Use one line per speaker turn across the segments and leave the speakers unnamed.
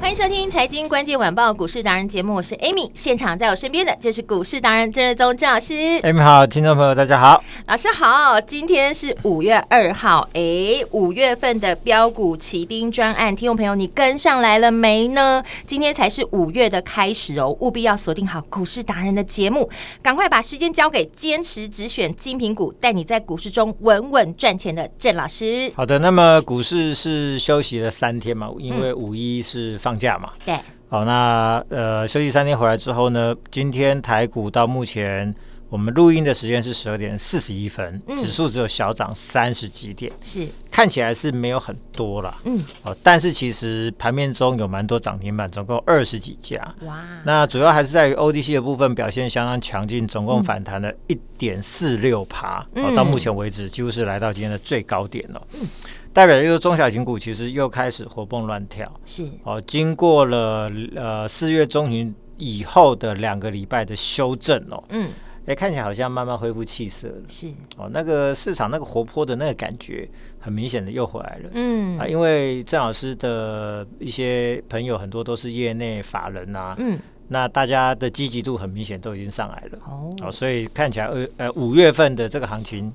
欢迎收听《财经关键晚报》股市达人节目，我是 Amy，现场在我身边的就是股市达人郑瑞宗郑老师。
M 好，听众朋友大家好。
老师好，今天是五月二号，哎，五月份的标股骑兵专案，听众朋友你跟上来了没呢？今天才是五月的开始哦，务必要锁定好股市达人的节目，赶快把时间交给坚持只选精品股，带你在股市中稳稳赚钱的郑老师。
好的，那么股市是休息了三天嘛，因
嗯
为五一是放假嘛。
对，
好，那呃休息三天回来之后呢，今天台股到目前我们录音的时间是十二点四十一分，
嗯
指数只有小涨三十几点，
是，
看起来是没有很多啦。
嗯，
哦，但是其实盘面中有蛮多涨停板，总共二十几家。
哇，
那主要还是在于 ODC 的部分表现相当强劲，总共反弹了一点四六趴，哦
嗯
到目前为止几乎是来到今天的最高点了、代表就是中小型股其实又开始活蹦乱跳。
是，
哦，经过了呃四月中旬以后的两个礼拜的修正哦，
嗯，
哎，看起来好像慢慢恢复气色了。
是，
哦，那个市场那个活泼的那个感觉，很明显的又回来了。
嗯
啊，，因为郑老师的一些朋友很多都是业内法人啊，
嗯，
那大家的积极度很明显都已经上来了，
哦，
哦，所以看起来呃呃五月份的这个行情，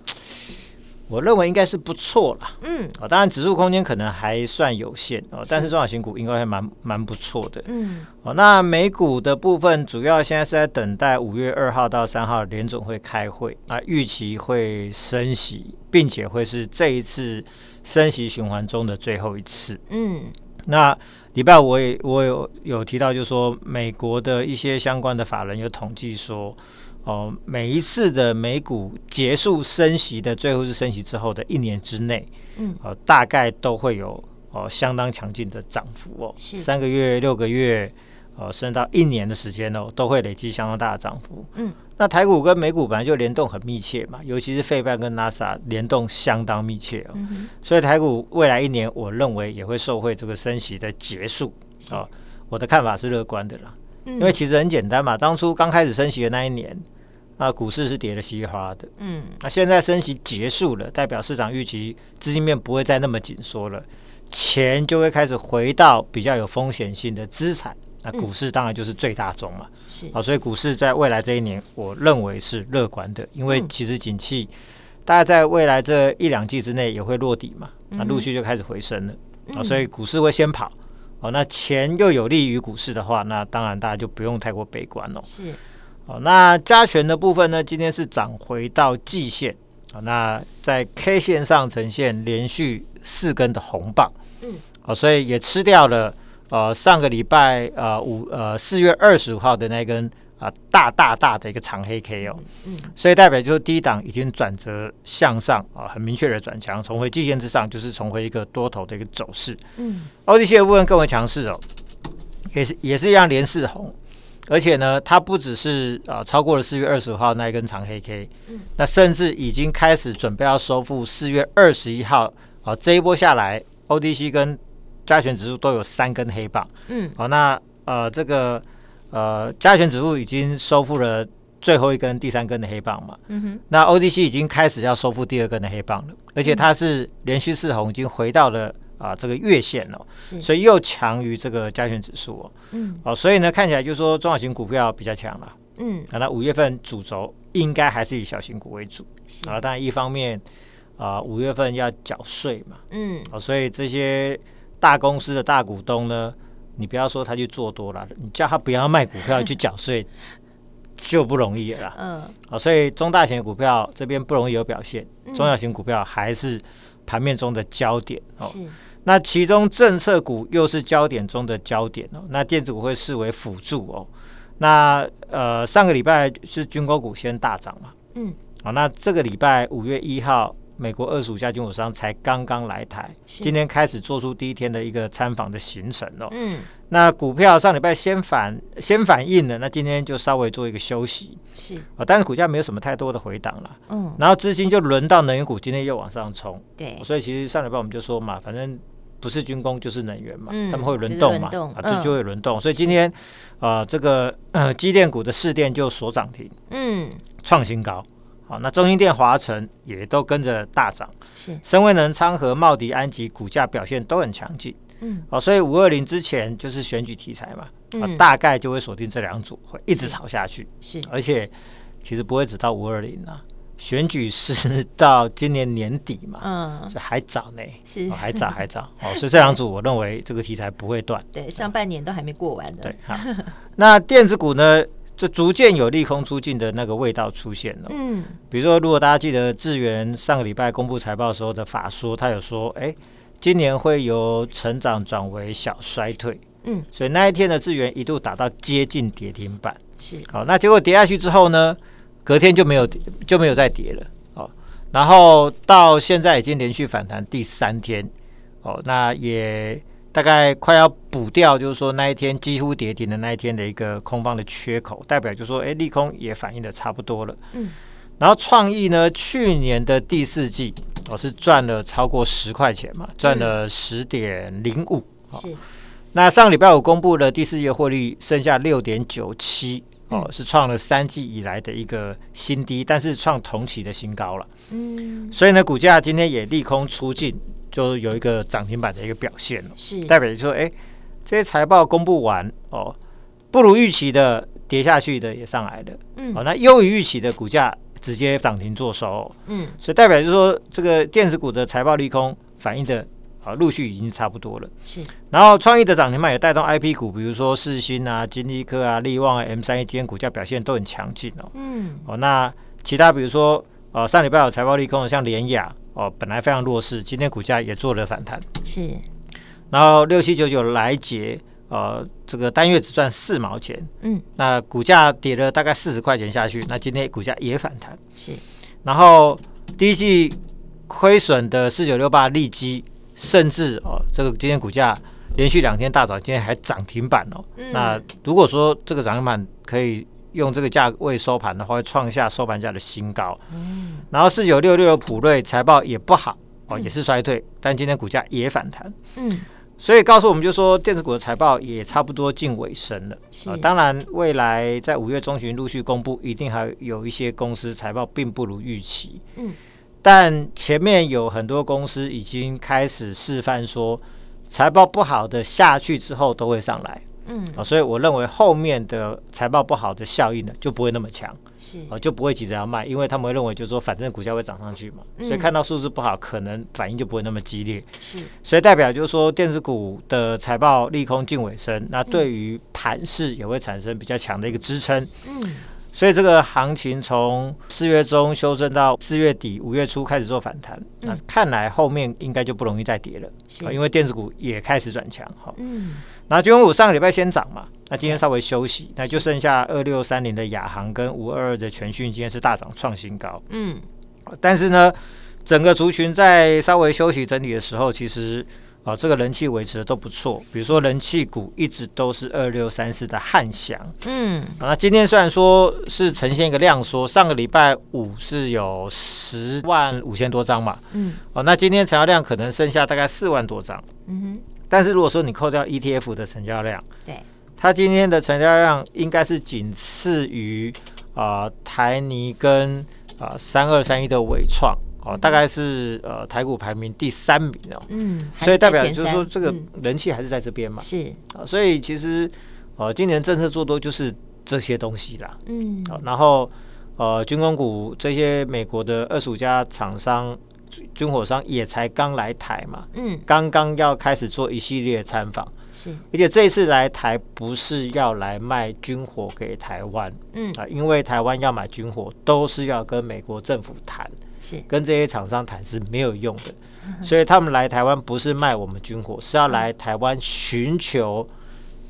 我认为应该是不错啦。
嗯，
哦，当然指数空间可能还算有限哦，但是中小型股应该还蛮蛮不错的。
嗯，
哦，那美股的部分主要现在是在等待五月二号到三号联总会开会，啊，预期会升息，并且会是这一次升息循环中的最后一次。
嗯，
那礼拜我也我有有提到，就是说美国的一些相关的法人有统计说，哦、每一次的美股结束升息的最后是升息之后的一年之内，
嗯，
哦、大概都会有哦、相当强劲的涨幅哦，
是
三个月、六个月，哦、甚至到一年的时间哦，都会累积相当大的涨幅。
嗯，
那台股跟美股本来就联动很密切嘛，尤其是费半跟 NASA 联动相当密切哦。
嗯哼，
所以台股未来一年，我认为也会受惠这个升息的结束
是嗯
啊、我的看法是乐观的啦，
因
因为其实很简单嘛，当初刚开始升息的那一年，啊，股市是跌得稀里哗啦的。
嗯
那现在升息结束了，代表市场预期资金面不会再那么紧缩了，钱就会开始回到比较有风险性的资产。那股市当然就是最大宗嘛。
嗯
啊
是
好，所以股市在未来这一年，我认为是乐观的，因为
嗯
其实景气大概在未来这一两季之内也会落底嘛，那
嗯
陆续就开始回升了。啊，
嗯
所以股市会先跑。哦，那钱又有利于股市的话，那当然大家就不用太过悲观了、
是
哦。那加权的部分呢，今天是涨回到季线。哦，那在 K 线上呈现连续四根的红棒。
嗯。
哦，所以也吃掉了呃上个礼拜呃五呃四月二十五号的那根啊、大大大的一个长黑 K 哦。
嗯
所以代表就是低档已经转折向上啊、很明确的转强，重回季线之上，就是重回一个多头的一个走势。
嗯
OTC 的部分更为强势哦，也是也是一样连四红，而且呢，它不只是啊、呃超过了四月二十五号那一根长黑 K，、
嗯
那甚至已经开始准备要收复四月二十一号啊、这一波下来，OTC 跟加权指数都有三根黑棒，
嗯
好、那呃这个呃加权指数已经收复了最后一根第三根的黑棒嘛，
嗯哼
那 OTC 已经开始要收复第二根的黑棒了，而且它是连续四红，已经回到了啊、这个月线哦，
是
所以又强于这个加权指数哦。
嗯
哦，所以呢，看起来就是说中小型股票比较强了。
嗯
啊，那五月份主轴应该还是以小型股为主
是
啊。当然，一方面啊，五、月份要缴税嘛，
嗯
哦，所以这些大公司的大股东呢，你不要说他去做多了，你叫他不要卖股票去缴税就不容易了啦。
嗯
啊，所以中大型的股票这边不容易有表现，
嗯
中小型股票还是盘面中的焦点哦。
是
那其中政策股又是焦点中的焦点哦，那电子股会视为辅助哦。那呃，上个礼拜是军工股先大涨嘛，
嗯，
好、那这个礼拜五月一号，美国二十五家军火商才刚刚来台，
是
今天开始做出第一天的一个参访的行程哦。
嗯，
那股票上礼拜先反先反应了，那今天就稍微做一个休息
是，
啊、哦但是股价没有什么太多的回档了。
嗯，
然后资金就轮到能源股，今天又往上冲，
对，
所以其实上礼拜我们就说嘛，反正不是军工就是能源嘛，
嗯
他们会轮动嘛，
就是轮动
啊，
嗯
就就会轮动。所以今天呃，这个 呃机电股的市电就所涨停，
嗯，
创新高。好，那中英电、华晨也都跟着大涨，
是，
深威能、昌河、茂迪、安吉股价表现都很强劲。
嗯，
好，所以五二零之前就是选举题材嘛，啊
嗯，
大概就会锁定这两组，会一直炒下去。
是，
而且其实不会只到五二零啊，选举是 到今年年底嘛，
嗯，
所以还早呢，
是
哦 还早还早哦，所以这两组我认为这个题材不会断，
对，上半年都还没过完呢。
对，好，那电子股呢？就逐渐有利空出尽的那个味道出现了。
嗯，
比如说，如果大家记得智源上个礼拜公布财报的时候的法说，他有说，哎，今年会由成长转为小衰退。
嗯，
所以那一天的智源一度打到接近跌停板。
是，
好，那结果跌下去之后呢，隔天就没有跌就没有再跌了。哦，然后到现在已经连续反弹第三天，哦，那也大概快要补掉，就是说那一天几乎跌停的那一天的一个空方的缺口，代表就是说，哎，利空也反映的差不多了。
嗯。
然后创意呢，去年的第四季哦是赚了超过十块钱嘛，赚了十点零五。好
是，
那上个礼拜五公布了第四季的获利剩下六点九七，哦，是创了三季以来的一个新低，但是创同期的新高了。
嗯，
所以呢，股价今天也利空出尽，就有一个涨停板的一个表现了，
是，
代表就是说，哎，这些财报公布完哦，不如预期的跌下去的也上来了，
嗯
哦，那优于预期的股价直接涨停做收哦、
嗯，
所以代表就是说，这个电子股的财报利空反映的啊，陆续已经差不多了。
是，
然后创意的涨停板也带动 I P 股，比如说世新啊、金立科啊、力旺啊、M 三 A 今天股价表现都很强劲哦。
嗯，
哦，那其他比如说呃上礼拜有财报利空的，像联雅哦，本来非常弱势，今天股价也做了反弹。
是，
然后六七九九来捷呃这个单月只赚四毛钱，
嗯，
那股价跌了大概四十块钱下去，那今天股价也反弹。
是，
然后第一季亏损的四九六八利基，甚至哦，这个今天股价连续两天大涨，今天还涨停板哦。
嗯
那如果说这个涨停板可以用这个价位收盘的话，会创下收盘价的新高。
嗯
然后四九六六的普瑞财报也不好哦，也是衰退，但今天股价也反弹。
嗯，
所以告诉我们，就说电子股的财报也差不多近尾声了。呃
是
当然未来在五月中旬陆续公布，一定还有一些公司财报并不如预期。
嗯，
但前面有很多公司已经开始示范说，财报不好的下去之后都会上来。
嗯，
啊，所以我认为后面的财报不好的效应呢就不会那么强，
是，
啊，就不会急着要卖，因为他们会认为就是说反正股价会涨上去嘛，
嗯
所以看到数字不好，可能反应就不会那么激烈。
是，
所以代表就是说，电子股的财报利空近尾声，那对于盘势也会产生比较强的一个支撑。
嗯，
所以这个行情从四月中修正到四月底、五月初开始做反弹，那看来后面应该就不容易再跌了，
嗯是
啊因为电子股也开始转强哈。
嗯，
那军工股上个礼拜先涨嘛，那今天稍微休息，那就剩下二六三零的亚航跟五二二的全讯，今天是大涨创新高。
嗯，
但是呢，整个族群在稍微休息整理的时候，其实啊、这个人气维持的都不错。比如说人气股一直都是二六三四的汉翔、
嗯，
啊那今天虽然说是呈现一个量缩，上个礼拜五是有十万五千多张嘛，
嗯，
哦，那今天成交量可能剩下大概四万多张。
嗯
但是如果说你扣掉 ETF 的成交量，
哼，对，
它今天的成交量应该是仅次于啊、呃台泥跟啊三二三一的伟创哦，大概是呃台股排名第三名哦，
嗯，还
所以代
在
表
前
就是说
三
这个
嗯
人气还是在这边嘛、
是，
啊所以其实呃今年政策做多就是这些东西啦，
嗯，
啊然后呃军工股这些美国的二十五家厂商军火商也才刚来台嘛，
嗯，
刚刚要开始做一系列参访。
是，
而且这一次来台不是要来卖军火给台湾
嗯，
啊，因为台湾要买军火都是要跟美国政府谈，
是，
跟这些厂商谈是没有用的，所以他们来台湾不是卖我们
嗯
军火，是要来台湾寻求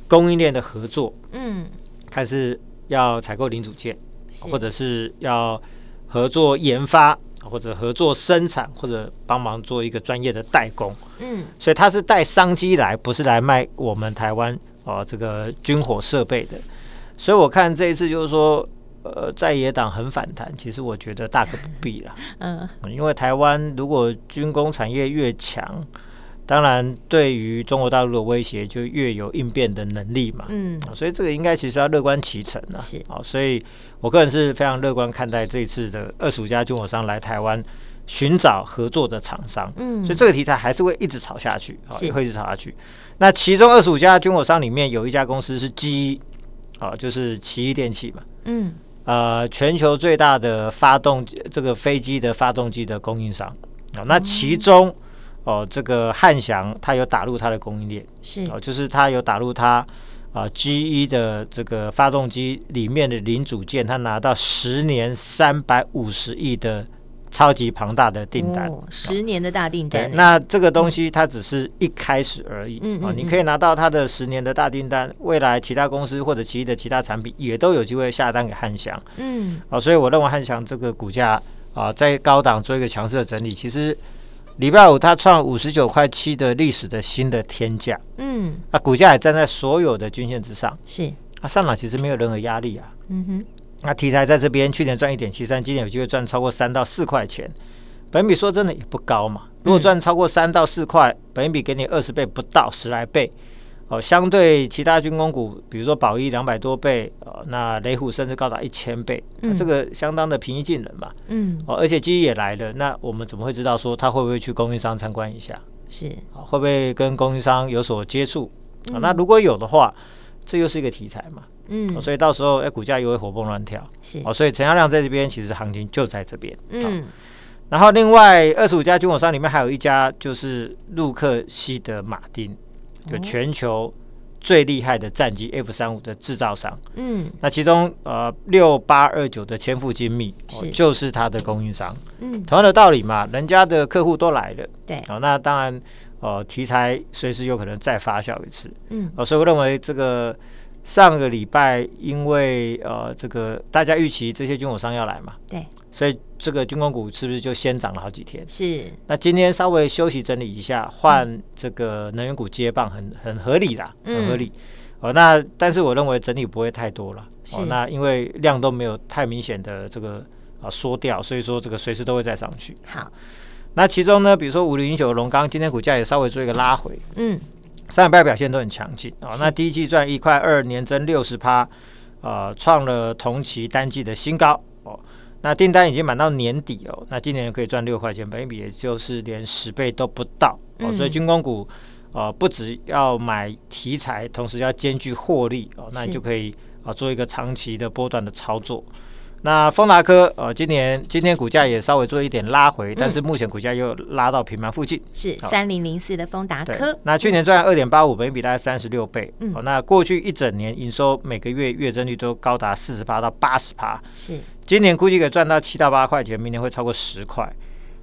供应链的合作。
嗯，
它是要采购零组件，
是
或者是要合作研发，或者合作生产，或者帮忙做一个专业的代工。
嗯，
所以它是带商机来，不是来卖我们台湾啊这个军火设备的。所以我看这一次就是说，呃，在野党很反弹，其实我觉得大可不必啦。
嗯，
因为台湾如果军工产业越强，当然对于中国大陆的威胁就越有应变的能力嘛。哦
嗯，
所以这个应该其实要乐观其成啊。
是
好、所以我个人是非常乐观看待这一次的二十五家军火商来台湾寻找合作的厂商。
嗯
所以这个题材还是会一直炒下去，好、
是
会一直炒下去。那其中二十五家军火商里面有一家公司是 GE，好、就是奇异电器嘛。
嗯，
呃，全球最大的发动机这个飞机的发动机的供应商啊、
哦
那其中哦、这个汉翔它有打入它的供应链
是
哦、就是它有打入它啊、G 一的这个发动机里面的零组件，它拿到十年三百五十亿的超级庞大的订单。
哦十年的大订
对，
单，
那这个东西它只是一开始而已啊、
嗯嗯
哦
嗯
你可以拿到它的十年的大订单，未来其他公司或者其余的其他产品也都有机会下单给汉翔。
嗯，
啊，所以我认为汉翔这个股价啊，在高档做一个强势的整理，其实礼拜五它创五十九块七的历史的新的天价，
嗯，
啊，股价也站在所有的均线之上，
是，
啊，上涨其实没有任何压力啊。
嗯哼，
那题材在这边去年赚一点七三，今年有机会赚超过三到四块钱，本益比说真的也不高嘛。如果赚超过三到四块，本益比给你二十倍不到，十来倍。哦，相对其他军工股，比如说宝一两百多倍，哦，那雷虎甚至高达一千倍，那
嗯
这个相当的平易近人嘛。
嗯，
哦，而且机也来了，那我们怎么会知道说他会不会去供应商参观一下？
是，
啊，会不会跟供应商有所接触？啊，那如果有的话，这又是一个题材嘛，
嗯，
所以到时候哎、股价又会活蹦乱跳。
是
哦，，所以成交量在这边，其实行情就在这边。好，
嗯，
然后另外二十五家军火商里面还有一家就是陆克希德马丁，就
哦
全球最厉害的战机 F 三五的制造商。
嗯，
那其中呃六八二九的千富精密、哦
是
就是它的供应商。
嗯，
同样的道理嘛，人家的客户都来了，
对，
哦，那当然，呃，题材随时有可能再发酵一次，
嗯，
哦，所以我认为这个上个礼拜，因为呃，这个大家预期这些军火商要来嘛，
对，
所以这个军工股是不是就先涨了好几天？
是，
那今天稍微休息整理一下，
嗯
换这个能源股接棒很，很合理啦，很合理。哦，那但是我认为整理不会太多了。
是
哦，那因为量都没有太明显的这个啊缩掉，所以说这个随时都会再上去。
好，
那其中呢，比如说五零一九龙钢，今天股价也稍微做一个拉回，
嗯，
上礼拜表现都很强劲哦。那第一季赚一块二，年增六十趴，呃，创了同期单季的新高哦。那订单已经满到年底哦，那今年可以赚六块钱，本益比也就是连十倍都不到哦。
嗯
所以军工股呃，不只要买题材，同时要兼具获利哦，那你
是
就可以啊、呃做一个长期的波段的操作。那丰达科呃，今年今天股价也稍微做一点拉回，但
嗯
是目前股价又拉到平盘附近。
是
好
三零零四的丰达
对
科，，
那去年赚二点八五，本益比大概三十六倍。
啊嗯
哦，那过去一整年营收每个月月增率都高达四十八到八十趴，
是，
今年估计可以赚到七到八块钱，明年会超过十块。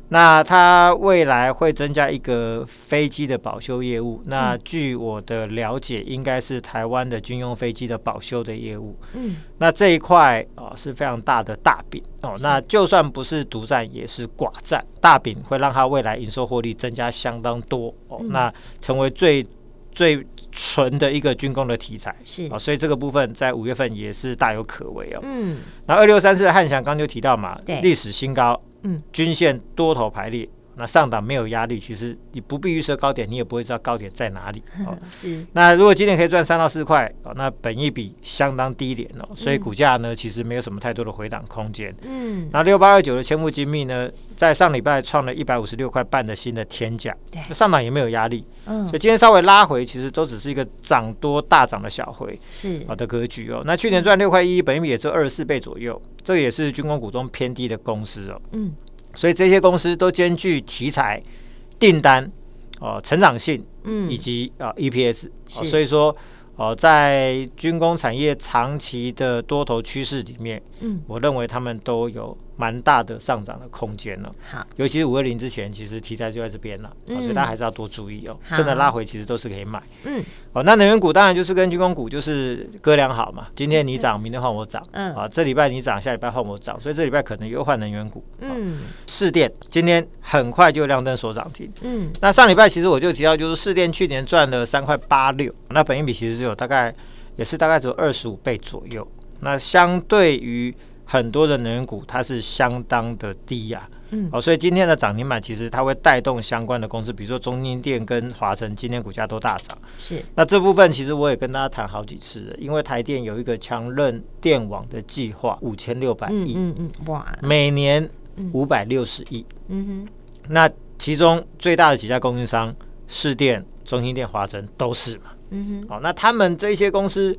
那它未来会增加一个飞机的保修业务。那据我的了解，应该是台湾的军用飞机的保修的业务。
嗯，
那这一块哦是非常大的大饼哦，那就算不是独占，也是寡占。大饼会让它未来营收获利增加相当多哦，
嗯
那成为最最纯的一个军工的题材
是
哦，所以这个部分在五月份也是大有可为哦。
嗯，
那二六三四汉翔刚就提到嘛
对，
历史新高，
嗯，
均线多头排列，那上档没有压力，其实你不必预设高点，你也不会知道高点 在哪里哦。
是，
那如果今年可以赚三到四块，哦，那本益比相当低廉哦，所以股价呢其实没有什么太多的回档空间。
嗯，
那六八二九的千富精密呢，在上礼拜创了一百五十六块半的新的天价
对，
那上档也没有压力，
嗯
所以，今天稍微拉回，其实都只是一个涨多大涨的小回
是
好，的格局哦。那去年赚六块一，本益比也只有二十四倍左右，这个也是军工股中偏低的公司哦。
嗯，
所以这些公司都兼具题材、订单、哦成长性
嗯
以，及啊、EPS，、
是
哦所以说哦、在军工产业长期的多头趋势里面，
嗯，
我认为他们都有蛮大的上涨的空间了。
好，
尤其是五二零之前，其实题材就在这边了、哦所以大家还是要多注意哦。
嗯好
真的拉回其实都是可以买。
嗯，
哦，那能源股当然就是跟军工股就是哥俩好嘛，今天你涨，明天换我涨，
嗯
啊，这礼拜你涨，下礼拜换我涨，所以这礼拜可能又换能源股。哦，
嗯
市电今天很快就亮灯所涨停。
嗯
那上礼拜其实我就提到，就是市电去年赚了三块八六，那本益比其实只有大概也是大概只有二十五倍左右，那相对于很多的能源股，它是相当的低呀、
嗯
哦，所以今天的涨停板其实它会带动相关的公司，比如说中英电跟华晨，今天股价都大涨。
是
那这部分其实我也跟大家谈好几次了，因为台电有一个强韧电网的计划，五千六百
嗯
亿，
嗯嗯哇
每年五百六十亿。
嗯
那其中最大的几家供应商，市电、中兴电、华晨都是嘛。
哼嗯哼
好、那他们这些公司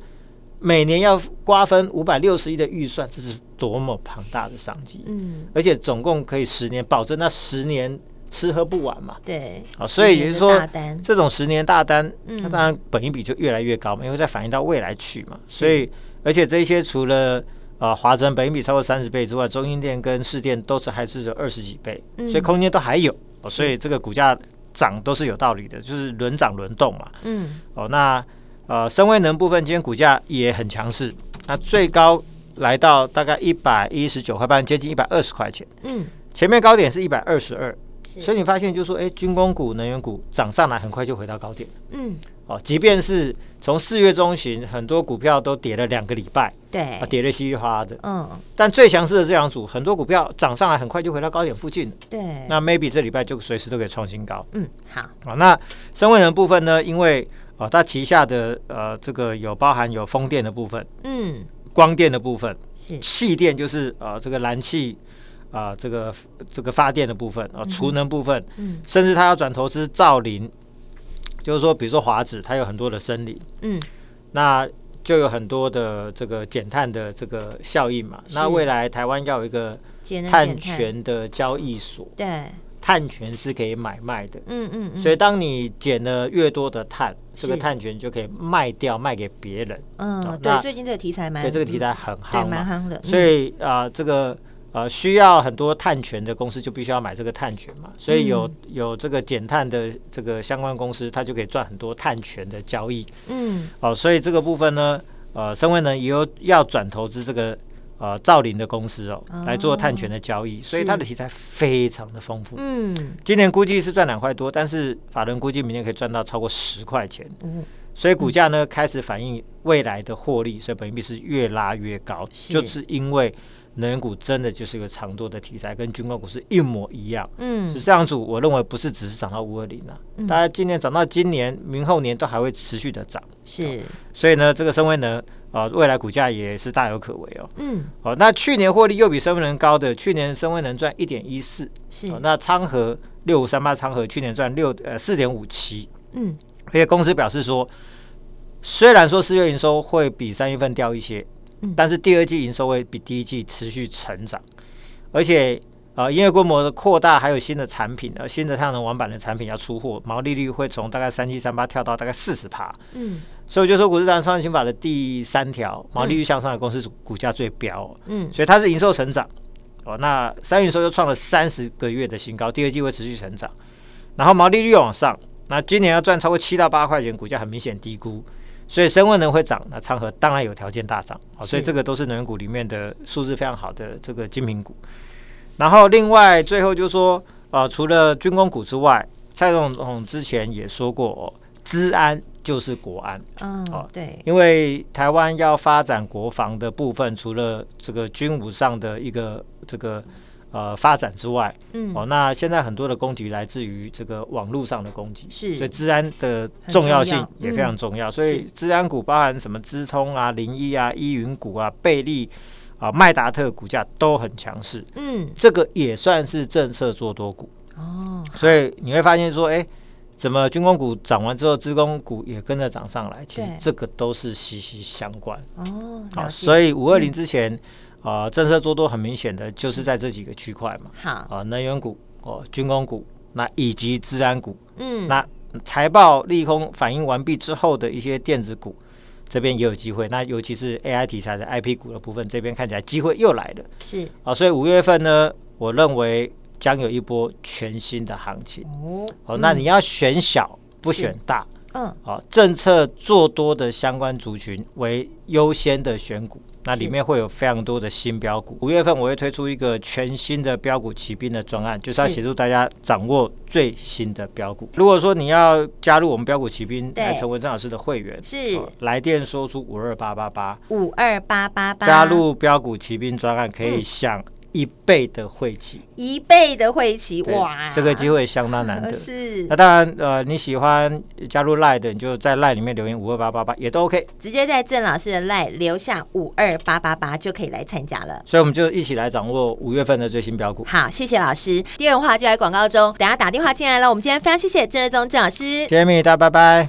每年要瓜分五百六十亿的预算，这是多么庞大的商机！
嗯
而且总共可以十年，保证那十年吃喝不完嘛。
对
好、所以也就是
十
说
年的大单，
这种十年大单，
嗯
它当然本益比就越来越高嘛，因为再反映到未来去嘛。所以，而且这些除了啊华晨本益比超过三十倍之外，中英电跟市电都是还是有二十几倍，
嗯
所以空间都还有。哦所以这个股价涨都是有道理的，就是轮涨轮动嘛。
嗯
哦，那呃，深威能部分今天股价也很强势，那最高来到大概一百一十九块半，接近一百二十块钱。
嗯
前面高点是一百二十二，
是
所以你发现就是说，哎，军工股、能源股涨上来很快就回到高点。
嗯
哦，即便是从四月中旬，很多股票都跌了两个礼拜，
对
啊，跌得稀里哗啦的。
嗯
但最强势的这两组，很多股票涨上来很快就回到高点附近，
对
那 maybe 这礼拜就随时都可以创新高。
嗯好
啊，那深威能部分呢，因为啊，它旗下的呃这个有包含有风电的部分、
嗯
光电的部分、
是
气电，就是啊这个燃气啊这个这个发电的部分啊储能部分，
嗯
甚至它要转投资造林，就是说比如说华子，它有很多的森林，
嗯
那就有很多的这个减碳的这个效应嘛。那未来台湾要有一个
节能
碳
减
权的交易所，
对
碳权是可以买卖的。
嗯嗯嗯
所以，当你减了越多的碳，这个
是
碳权就可以卖掉，卖给别人。
嗯
哦
对
那
最近这个题材蛮
对，这个题材很
对
夯
蛮
嘛。
夯的
所以啊、这个呃，需要很多碳权的公司就必须要买这个碳权嘛。所以有有这个减碳的这个相关公司，它就可以赚很多碳权的交易。
嗯
哦，所以这个部分呢，呃，深威呢也有要转投资这个呃造林的公司哦，来做碳权的交易，所以它的题材非常的丰富。
嗯
今年估计是赚两块多，但是法人估计明年可以赚到超过十块钱，
嗯
所以股价呢开始反映未来的获利，所以本益比是越拉越高，
是
就是因为能源股真的就是一个长多的题材，跟军工股是一模一样。
嗯
是这样子，我认为不是只是涨到五二零啊，大家今年涨到今年、明后年都还会持续的涨。
是
所以呢，这个深威能啊、未来股价也是大有可为哦。
嗯
好、那去年获利又比深威能高的，去年深威能赚一点一四，
是
哦那昌河六五三八昌河去年赚六呃四点五七，
嗯
而且公司表示说，虽然说四月营收会比三月份掉一些，
嗯
但是第二季营收会比第一季持续成长，而且。呃，营业规模的扩大，还有新的产品，呃，新的太阳能网板的产品要出货，毛利率会从大概三七三八跳到大概四十趴。
嗯
所以我就说，股市上商业刑法的第三条，毛利率向上的公司股价最标哦、
嗯
所以它是营收成长哦。那三月营收就创了三十个月的新高，第二季会持续成长，然后毛利率又往上。那今年要赚超过七到八块钱，股价很明显低估，所以深问能会涨，那昌河当然有条件大涨哦。所以
是
这个都是能源股里面的数字非常好的这个精品股。然后另外最后就是说，呃，除了军工股之外，蔡总统之前也说过、哦，治安就是国安。
嗯
哦
对
因为台湾要发展国防的部分，除了这个军武上的一个这个呃发展之外，
嗯
哦，那现在很多的攻击来自于这个网络上的攻击，
是
所以治安的重要性也非常重要，所以
嗯是
治安股包含什么资通啊、零一啊、依云股啊、贝利啊、麦达特股价都很强势，
嗯
这个也算是政策做多股。
哦
所以你会发现说，哎、怎么军工股涨完之后，资工股也跟着涨上来？其实
对
这个都是息息相关。
哦
好，
了解嗯
所以五二零之前，啊、政策做多很明显的就是在这几个区块嘛，
好
啊、能源股、哦、军工股，那以及治安股，
嗯
那财报利空反应完毕之后的一些电子股。这边也有机会。那尤其是 AI 题材的 IP 股的部分，这边看起来机会又来了
是
啊、所以五月份呢，我认为将有一波全新的行情。
哦，
哦，那你要选小不选大，
嗯，
哦，政策做多的相关族群为优先的选股，那里
是
面会有非常多的新标股。五月份我会推出一个全新的标股骑兵的专案，就是要
是
协助大家掌握最新的标股。如果说你要加入我们标股骑兵，
对
来成为张老师的会员，
是
哦来电说出五二八八八，
五二八八嗯八
加入标股骑兵专案可以享一倍的会期。
一倍的会期，
对
哇，
这个机会相当难
呃
得。
是
那当然，呃，你喜欢加入 Line 的，你就在 Line 里面留言五二八八八也都 OK。
直接在郑老师的 line 留下五二八八八就可以来参加了。
所以我们就一起来掌握五月份的最新标股。
好，谢谢老师。第二的话就在广告中，等下打电话进来了。我们今天非常谢谢郑瑞宗郑老师。
谢谢米大，拜拜。